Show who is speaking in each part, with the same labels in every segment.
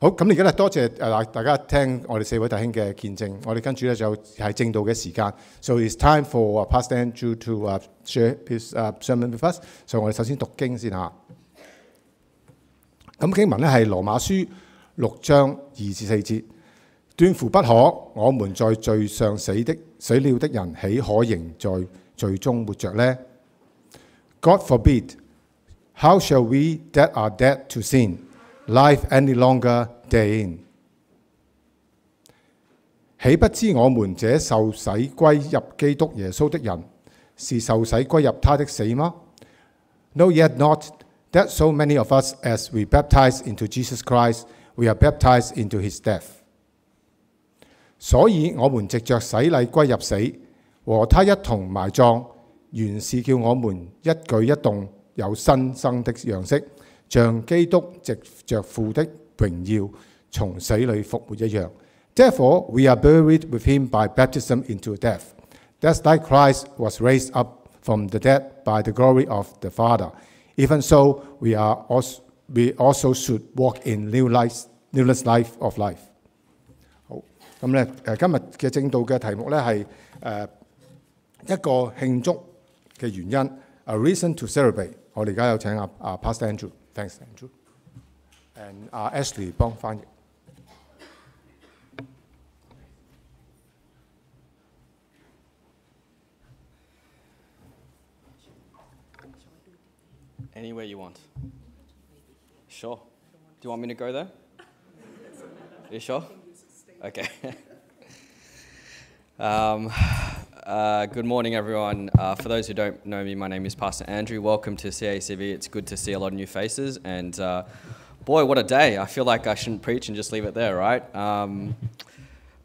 Speaker 1: 好，咁而家咧多謝誒大家聽我哋四位弟兄嘅見證，我哋跟住咧就係正道嘅時間。So it's time for uh, Pastor Andrew to uh, share his uh, sermon with us。所以我哋首先讀經先嚇。咁經文咧係羅馬書六章二至四節。斷乎不可，我們在罪上死的死了的人，豈可仍在罪中活着呢？God forbid. How shall we that are dead to sin live any longer therein？豈不知我們這受洗歸入基督耶穌的人，是受洗歸入他的死嗎？Know yet not that so many of us as we baptize into Jesus Christ, we are baptized into his death。所以我們藉着洗禮歸入死，和他一同埋葬，原是叫我們一舉一動有新生的樣式，像基督藉着父的榮耀從死裏復活一樣。Therefore we are buried with him by baptism into death, that like Christ was raised up from the dead by the glory of the Father. Even so we are also we also should walk in new life, newness life of life. 咁咧誒今日嘅正道嘅題目咧係誒一個慶祝嘅原因，a reason to celebrate。我哋而家有請阿阿 Pastor Andrew，thanks Andrew，and 阿 Ashley 幫翻譯。
Speaker 2: Anywhere you want. Sure. Do you want me to go there? You sure? Okay. um, uh, good morning, everyone. Uh, for those who don't know me, my name is Pastor Andrew. Welcome to CACV. It's good to see a lot of new faces. And uh, boy, what a day. I feel like I shouldn't preach and just leave it there, right? Um,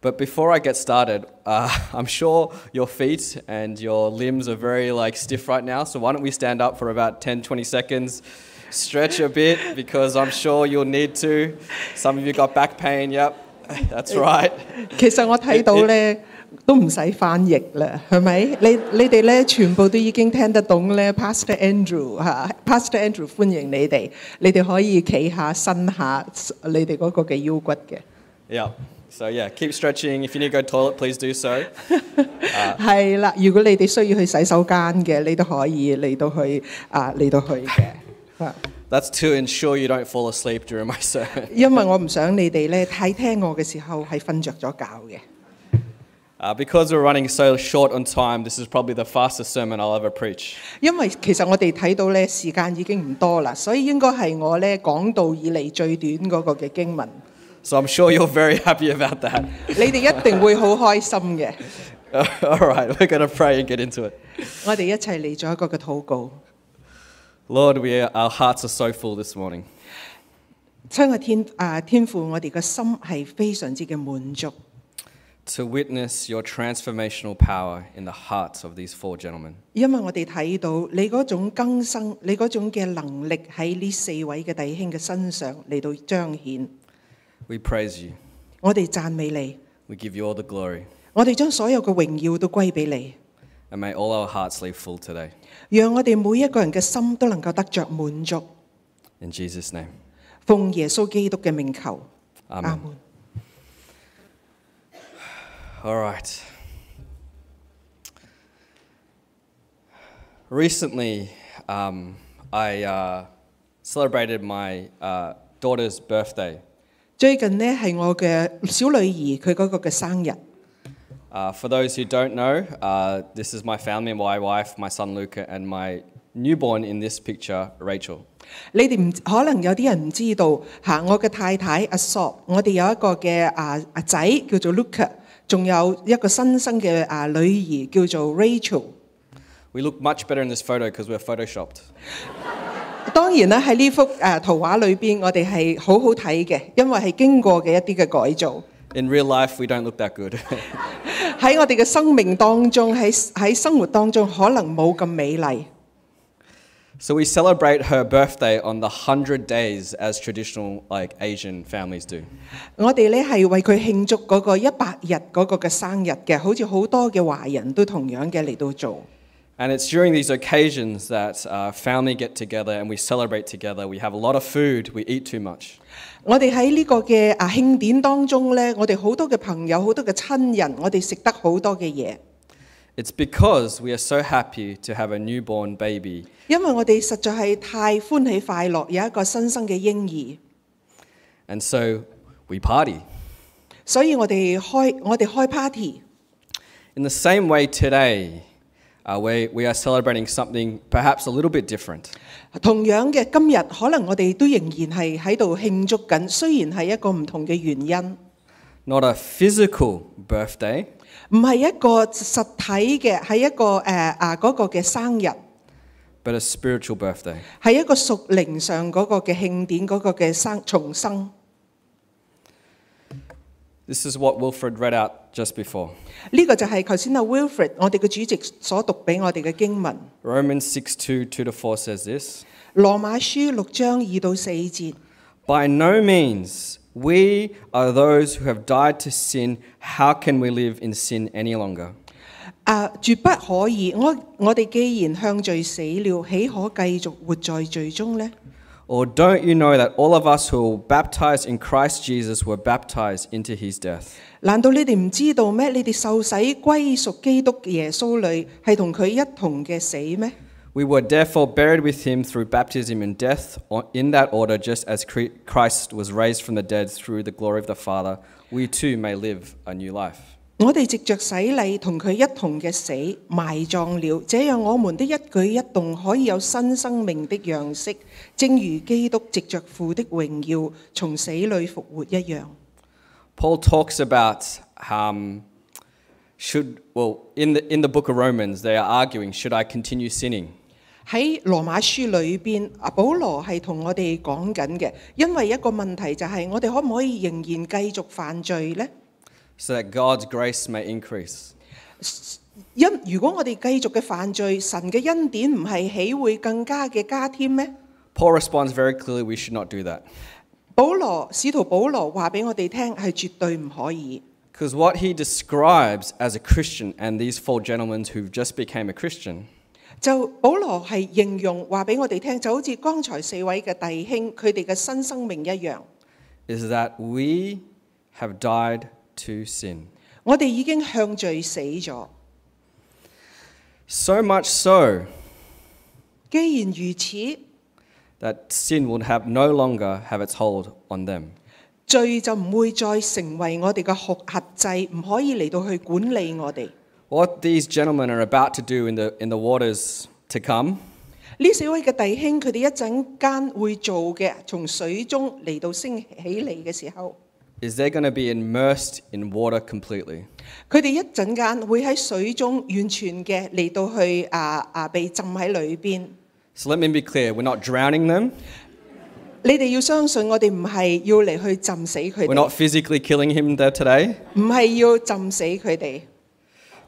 Speaker 2: but before I get started, uh, I'm sure your feet and your limbs are very like stiff right now. So why don't we stand up for about 10, 20 seconds, stretch a bit because I'm sure you'll need to. Some of you got back pain. Yep, that's right.
Speaker 3: 其實我睇到咧都唔使翻譯啦，係咪？你你哋咧全部都已經聽得懂咧，Pastor Andrew 嚇、p a s t o r Andrew 歡迎你哋，你哋可以企下伸下你哋嗰個嘅腰骨嘅。
Speaker 2: Yep. So yeah, keep stretching. If you need to go to the toilet, please do so.
Speaker 3: 係啦，如果你哋需要去洗手間嘅，你都可以嚟到去啊嚟到去嘅。啊
Speaker 2: That's to ensure you don't fall asleep during my sermon.
Speaker 3: 因為我唔想你哋咧睇聽我嘅時候係瞓着咗覺嘅。
Speaker 2: Uh, because we're running so short on time, this is probably the fastest sermon I'll ever preach.
Speaker 3: 因為其實我哋睇到咧時間已經唔多啦，所以應該係我咧講道以嚟最短嗰個嘅經文。
Speaker 2: So I'm sure you're very happy about that.
Speaker 3: 你哋一定會好開心嘅。
Speaker 2: All right, we're going to pray and get into it.
Speaker 3: 我哋一齊嚟咗一個嘅禱告。
Speaker 2: Lord, we are, our hearts are so full this morning.
Speaker 3: 親愛天啊天父，我哋嘅心係非常之嘅滿足，
Speaker 2: to witness your transformational power in the hearts of these four gentlemen.
Speaker 3: 因為我哋睇到你嗰種更生，你嗰種嘅能力喺呢四位嘅弟兄嘅身上嚟到彰顯。
Speaker 2: We praise you.
Speaker 3: 我哋讚美你，
Speaker 2: We give you all the glory.
Speaker 3: 我哋將所有嘅榮耀都歸俾你，
Speaker 2: And may all our hearts leave full today.
Speaker 3: 讓我哋每一個人嘅心都能夠得着滿足。
Speaker 2: In Jesus' name.
Speaker 3: 奉耶穌基督嘅名求，
Speaker 2: 阿門 All right. Recently, um, I uh, celebrated my uh, daughter's birthday.
Speaker 3: 最近呢，係我嘅小女兒佢嗰個嘅生日。
Speaker 2: Uh, for those who don't know, uh, this is my family, my wife, my son Luca, and my newborn in this picture, Rachel.
Speaker 3: 你哋唔可能有啲人唔知道嚇，我嘅太太阿索，我哋有一個嘅啊啊仔叫做 Luca，仲有一個新生嘅啊女兒叫做 Rachel。
Speaker 2: We look much better in this photo because we're photoshopped.
Speaker 3: 當然啦，喺呢幅誒圖畫裏邊，我哋係好好睇嘅，因為係經過嘅一啲嘅改造。
Speaker 2: In real life, we don't look that good.
Speaker 3: 喺我哋嘅生命當中，喺喺生活當中，可能冇咁美麗。
Speaker 2: so we celebrate her birthday on the 100 days as traditional like Asian families do.
Speaker 3: 我哋咧係為佢慶祝嗰個一百日嗰個嘅生日嘅，好似好多嘅華人都同樣嘅嚟到做。
Speaker 2: And it's during these occasions that uh, family get together and we celebrate together. We have a lot of food, we eat too much.
Speaker 3: 我哋喺呢個嘅啊慶典當中呢，我哋好多嘅朋友、好多嘅親人，我哋食得好多嘅嘢，
Speaker 2: It's because we are so happy to have a newborn baby.
Speaker 3: 因為我哋實在係太歡喜快樂，有一個新生嘅嬰兒，
Speaker 2: And so we party.
Speaker 3: 所以我哋開我哋開 party。
Speaker 2: In the same way, today, uh, we, we are celebrating something perhaps a little bit different.
Speaker 3: 同樣嘅，今日可能我哋都仍然係喺度慶祝緊，雖然係一個唔同嘅原因，
Speaker 2: Not a physical birthday,
Speaker 3: 唔係一個實體嘅，係一個誒、呃啊嗰、個嘅生日，
Speaker 2: but a spiritual birthday.
Speaker 3: 係一個屬靈上嗰個嘅慶典嗰、個嘅生重生。
Speaker 2: This is what Wilfred read out just before.
Speaker 3: 呢、個就係頭先阿 Wilfred 我哋嘅主席所讀俾我哋嘅經文。
Speaker 2: Romans 6 2 2 to 4 says this
Speaker 3: 羅馬書六章二到四節，
Speaker 2: By no means, we are those who have died to sin. How can we live in sin any longer?
Speaker 3: 啊，絕不可以！我我哋既然向罪死了，岂可繼續活在罪中呢？
Speaker 2: Or don't you know that all of us who were baptized in Christ Jesus were baptized into his death?
Speaker 3: 難道你哋唔知道咩？你哋受洗歸屬基督耶穌裏，係同佢一同嘅死咩？
Speaker 2: We were therefore buried with him through baptism in death, or- in that order, just as Cre- Christ was raised from the dead through the glory of the Father, we too may live a new life.
Speaker 3: 我哋藉着洗禮同佢一同嘅死埋葬了，這樣我們的一舉一動可以有新生命的樣式，正如基督藉着父的榮耀從死裏復活一樣。
Speaker 2: Paul talks about um, should well in the in the book of Romans they are arguing should I continue sinning?
Speaker 3: 喺羅馬書裏邊，阿保羅係同我哋講緊嘅，因為一個問題就係我哋可唔可以仍然繼續犯罪呢？
Speaker 2: so that God's grace may increase.
Speaker 3: 因如果我哋繼續嘅犯罪，神嘅恩典唔係起會更加嘅加添咩？
Speaker 2: Paul responds very clearly we should not do that.
Speaker 3: 保羅使徒保羅話俾我哋聽係絕對唔可以，
Speaker 2: Because what he describes as a Christian and these four gentlemen who just became a Christian
Speaker 3: 就保羅係形容話俾我哋聽，就好似剛才四位嘅弟兄佢哋嘅新生命一樣，
Speaker 2: is that we have died to sin.
Speaker 3: 我哋已經向罪死咗。
Speaker 2: So much so
Speaker 3: 既然如此，
Speaker 2: that sin would have no longer have its hold on them.
Speaker 3: 罪就唔會再成為我哋嘅核核制，唔可以嚟到去管理我哋。
Speaker 2: What these gentlemen are about to do in the in the waters to come
Speaker 3: 呢四位嘅弟兄，佢哋一陣間會做嘅，從水中嚟到升起嚟嘅時候，
Speaker 2: is they're going to be immersed in water completely.
Speaker 3: 佢哋一陣間會喺水中完全嘅嚟到去啊啊被浸喺裏邊。
Speaker 2: So let me be clear, we're not drowning them.
Speaker 3: 你哋要相信，我哋唔係要嚟去浸死佢
Speaker 2: We're
Speaker 3: 哋
Speaker 2: not，physically killing him there today,
Speaker 3: 唔係要浸死佢哋，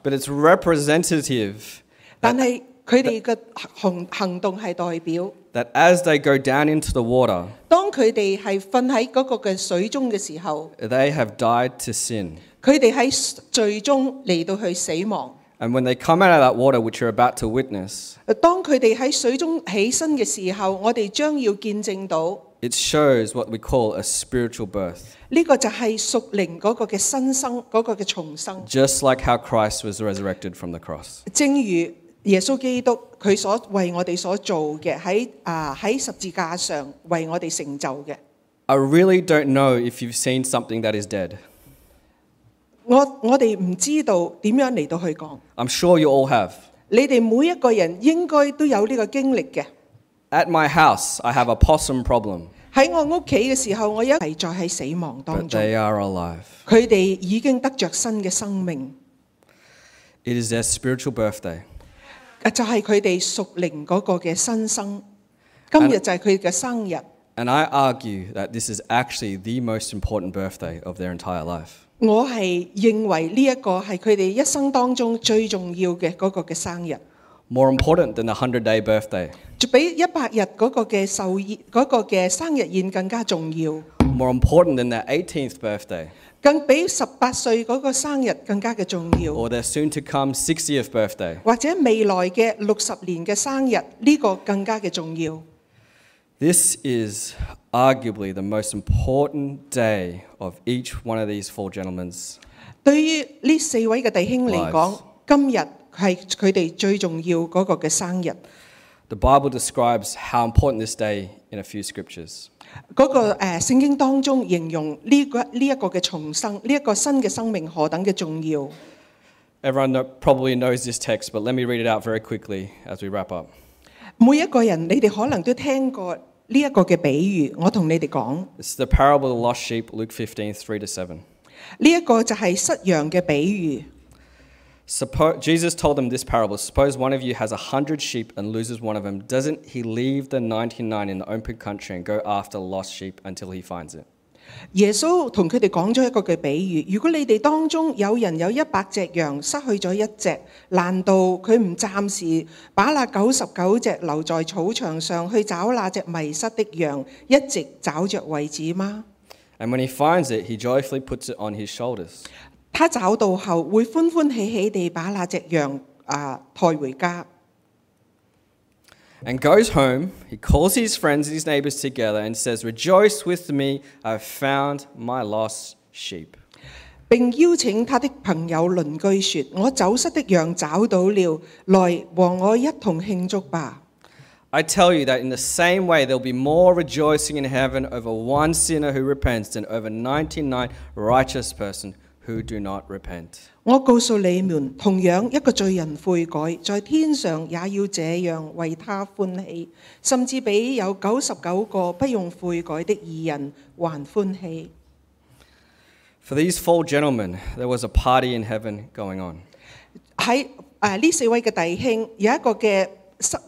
Speaker 2: but it's representative
Speaker 3: 但係佢哋嘅行行動係代表，
Speaker 2: that as they go down into the water,
Speaker 3: 當佢哋係瞓喺嗰個嘅水中嘅時候，
Speaker 2: they have died to sin.
Speaker 3: 佢哋喺最終嚟到去死亡。
Speaker 2: And when they come out of that water, which you're about to witness,
Speaker 3: 當佢哋喺水中起身嘅時候，我哋將要見證到
Speaker 2: it shows what we call a spiritual birth,
Speaker 3: 呢、個就係屬靈嗰個嘅新生，嗰、個嘅重生。
Speaker 2: just like how Christ was resurrected from the cross.
Speaker 3: 正如耶穌基督佢所為我哋所做嘅，喺啊喺十字架上為我哋成就嘅。
Speaker 2: I really don't know if you've seen something that is dead.
Speaker 3: 我我哋唔知道點樣嚟到去講，
Speaker 2: I'm sure you all have.
Speaker 3: 你哋每一個人應該都有呢個經歷嘅。
Speaker 2: At my house, I have a possum problem,
Speaker 3: 喺我屋企嘅時候，我一係在喺死亡當
Speaker 2: but
Speaker 3: 中，
Speaker 2: they are alive.
Speaker 3: 佢哋已經得着新嘅生命。
Speaker 2: It is their spiritual birthday.
Speaker 3: 就係佢哋屬靈嗰個嘅新生。今日就係佢嘅生日，
Speaker 2: And I argue that this is actually the most important birthday of their entire life.
Speaker 3: 我係認為呢一個係佢哋一生當中最重要嘅嗰個嘅生日，
Speaker 2: More important than the 100 day birthday,
Speaker 3: 就比一百日嗰個嘅壽宴嗰個嘅生日宴更加重要，
Speaker 2: more important than their 18th birthday
Speaker 3: 更比十八歲嗰個生日更加嘅重要，
Speaker 2: or their soon to come 60th birthday.
Speaker 3: 或者未來嘅六十年嘅生日呢、個更加嘅重要。
Speaker 2: This is arguably the most important day of each one of these four gentlemen's.
Speaker 3: 對於呢四位嘅弟兄嚟講
Speaker 2: Lives，
Speaker 3: 今日係佢哋最重要嗰個嘅生日。
Speaker 2: The Bible describes how important this day in a few scriptures.
Speaker 3: 嗰、個誒、呃、聖經當中形容呢、個呢一、個嘅重生，呢、一個新嘅生命何等嘅重要。
Speaker 2: Everyone kno- probably knows this text, but let me read it out very quickly as we wrap up.
Speaker 3: 每一個人，你哋可能都聽過呢一個嘅比喻，我同你哋講，呢、
Speaker 2: It's the parable of the lost sheep, Luke 15, 3 to 7.
Speaker 3: 一個就係失羊嘅比喻。
Speaker 2: Suppo- Jesus told them this parable Suppose one of you has a hundred sheep and loses one of them. Doesn't he leave the 99 in the open country and go after the lost sheep until he finds it?
Speaker 3: 耶穌同佢哋講咗一個嘅比喻，如果你哋當中有人有一百隻羊，失去咗一隻，難道佢唔暫時把那九十九隻留在草場上去找那隻迷失的羊，一直找着為止嗎？
Speaker 2: And when he finds it, he joyfully puts it on his shoulders.
Speaker 3: 他找到後會歡歡喜喜地把那隻羊啊抬回家。
Speaker 2: And goes home, he calls his friends and his neighbors together and says, Rejoice with me, I've found my lost sheep.
Speaker 3: 並邀請他的朋友鄰居說：我走失的羊找到了，來和我一同慶祝吧！
Speaker 2: I tell you that in the same way, there'll be more rejoicing in heaven over one sinner who repents than over 99 righteous persons who do not repent.
Speaker 3: 我告訴你們，同樣一個罪人悔改，在天上也要這樣為他歡喜，甚至比有九十九個不用悔改的義人還歡喜。
Speaker 2: For these four gentlemen, there was a party in heaven going on.
Speaker 3: 喺誒呢四位嘅弟兄有一個嘅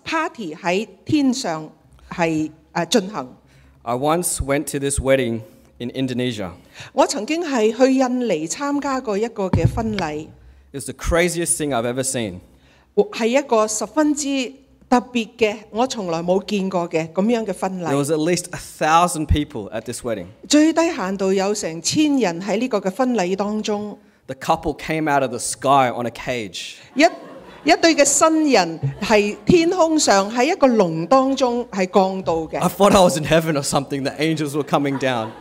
Speaker 3: party 喺天上係誒進行。
Speaker 2: I once went to this wedding in Indonesia.
Speaker 3: 我曾經係去印尼參加過一個嘅婚禮，
Speaker 2: It was the craziest thing I've ever seen.
Speaker 3: 係一個十分之特別嘅，我從來冇見過嘅咁樣嘅婚
Speaker 2: There
Speaker 3: 禮。
Speaker 2: was at least a thousand people at this wedding.
Speaker 3: 最低限度有成千人喺呢個嘅婚禮當中，
Speaker 2: The couple came out of the sky on a cage.
Speaker 3: 一一對嘅新人係天空上喺一個籠當中係降到
Speaker 2: I
Speaker 3: 嘅。
Speaker 2: thought I was in heaven or something. The angels were coming down.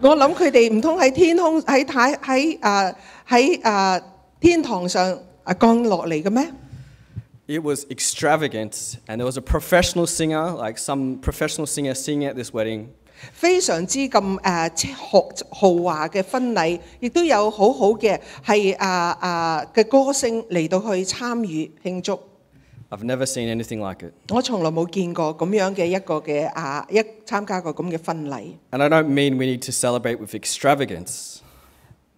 Speaker 3: 我諗佢哋唔通喺天空喺太喺啊喺啊天堂上啊降落嚟嘅咩？
Speaker 2: It was extravagant, and there was a professional singer, like some professional singer singing at this wedding.
Speaker 3: 非常之咁誒奢豪豪華嘅婚禮，亦都有好好嘅係啊啊嘅歌星嚟到去參與慶祝。
Speaker 2: I've never seen anything like it.
Speaker 3: 我從來冇見過咁樣嘅一個嘅啊一參加過咁嘅婚禮。
Speaker 2: And I don't mean we need to celebrate with extravagance,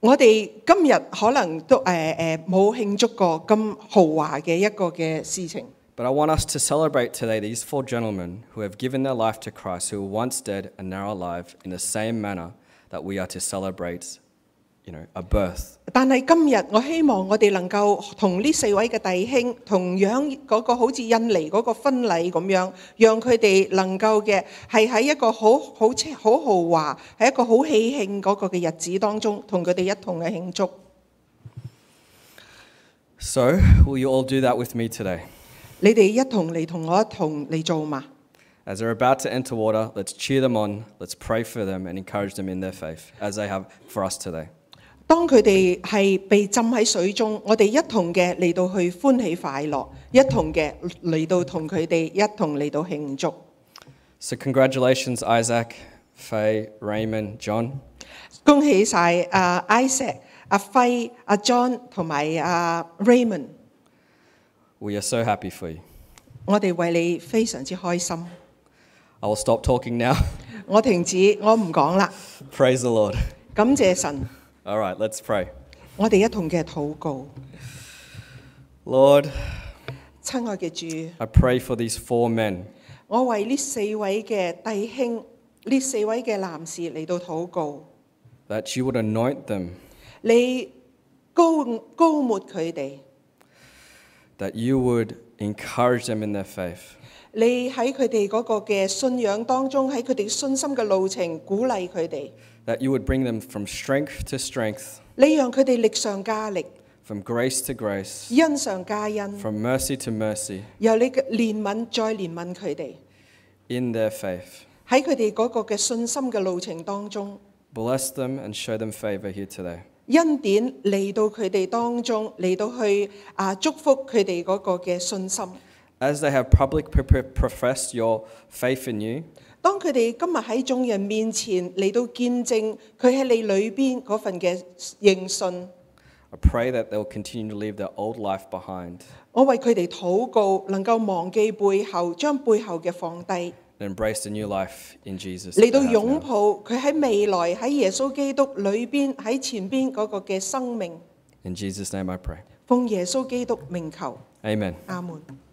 Speaker 3: 我哋今日可能都誒誒冇慶祝過咁豪華嘅一個嘅事情，
Speaker 2: but I want us to celebrate today these four gentlemen who have given their life to Christ, who were once dead and now alive, in the same manner that we are to celebrate, you know, a birth.
Speaker 3: 但係今日我希望我哋能夠同呢四位嘅弟兄同樣嗰個好似印尼嗰個婚禮咁樣，讓佢哋能夠嘅係喺一個好好奢好豪華，喺一個好喜慶嗰個嘅日子當中，同佢哋一同嘅慶祝。
Speaker 2: So, will you all do that with me today?
Speaker 3: 你哋一同嚟同我一同嚟做嘛？
Speaker 2: As they're about to enter water, let's cheer them on, let's pray for them, and encourage them in their faith, as they have for us today.
Speaker 3: 當佢哋係被浸喺水中，我哋一同嘅嚟到去歡喜快樂，一同嘅嚟到同佢哋一同嚟到慶祝。
Speaker 2: So, congratulations, Isaac, Faye, Raymond, John.
Speaker 3: 恭喜晒啊 Isaac、阿輝、阿 John 同埋阿 Raymond，
Speaker 2: We are so happy for you.
Speaker 3: 我哋為你非常之開心。
Speaker 2: I will stop talking now.
Speaker 3: 我停止，我唔講啦。
Speaker 2: Praise the Lord.
Speaker 3: 感謝神，
Speaker 2: All right, let's pray.
Speaker 3: 我哋一同嘅禱告。
Speaker 2: Lord,
Speaker 3: 親愛嘅主，
Speaker 2: I pray for these four men.
Speaker 3: 我為呢四位嘅弟兄、呢四位嘅男士嚟到禱告，
Speaker 2: that you would anoint them,
Speaker 3: 你高高抹佢哋。
Speaker 2: that you would encourage them in their faith,
Speaker 3: 你喺佢哋嗰個嘅信仰當中，喺佢哋信心嘅路程，鼓勵佢哋，
Speaker 2: that you would bring them from strength to strength,
Speaker 3: 你讓佢哋力上加力，
Speaker 2: from grace to grace,
Speaker 3: 恩上加恩，
Speaker 2: from mercy to mercy
Speaker 3: 由你嘅憐憫再憐憫佢哋。
Speaker 2: in their faith.
Speaker 3: 喺佢哋嗰個嘅信心嘅路程當中，
Speaker 2: Bless them and show them favor here today.
Speaker 3: 恩典嚟到佢哋當中，嚟到去啊祝福佢哋嗰個嘅信心。
Speaker 2: As they have publicly pro- professed your faith in you,
Speaker 3: 當佢哋今日喺眾人面前嚟到見證佢喺你裏邊嗰份嘅認信，
Speaker 2: I pray that they'll continue to leave their old life behind
Speaker 3: 我為佢哋禱告，能夠忘記背後，將背後嘅放低，
Speaker 2: and embrace the new life in Jesus. that
Speaker 3: 嚟到
Speaker 2: they have now.
Speaker 3: 擁抱佢喺未來喺耶穌基督裏邊喺前邊嗰個嘅生命。
Speaker 2: In Jesus' name I pray.
Speaker 3: 奉耶穌基督名求，
Speaker 2: Amen.
Speaker 3: 阿門。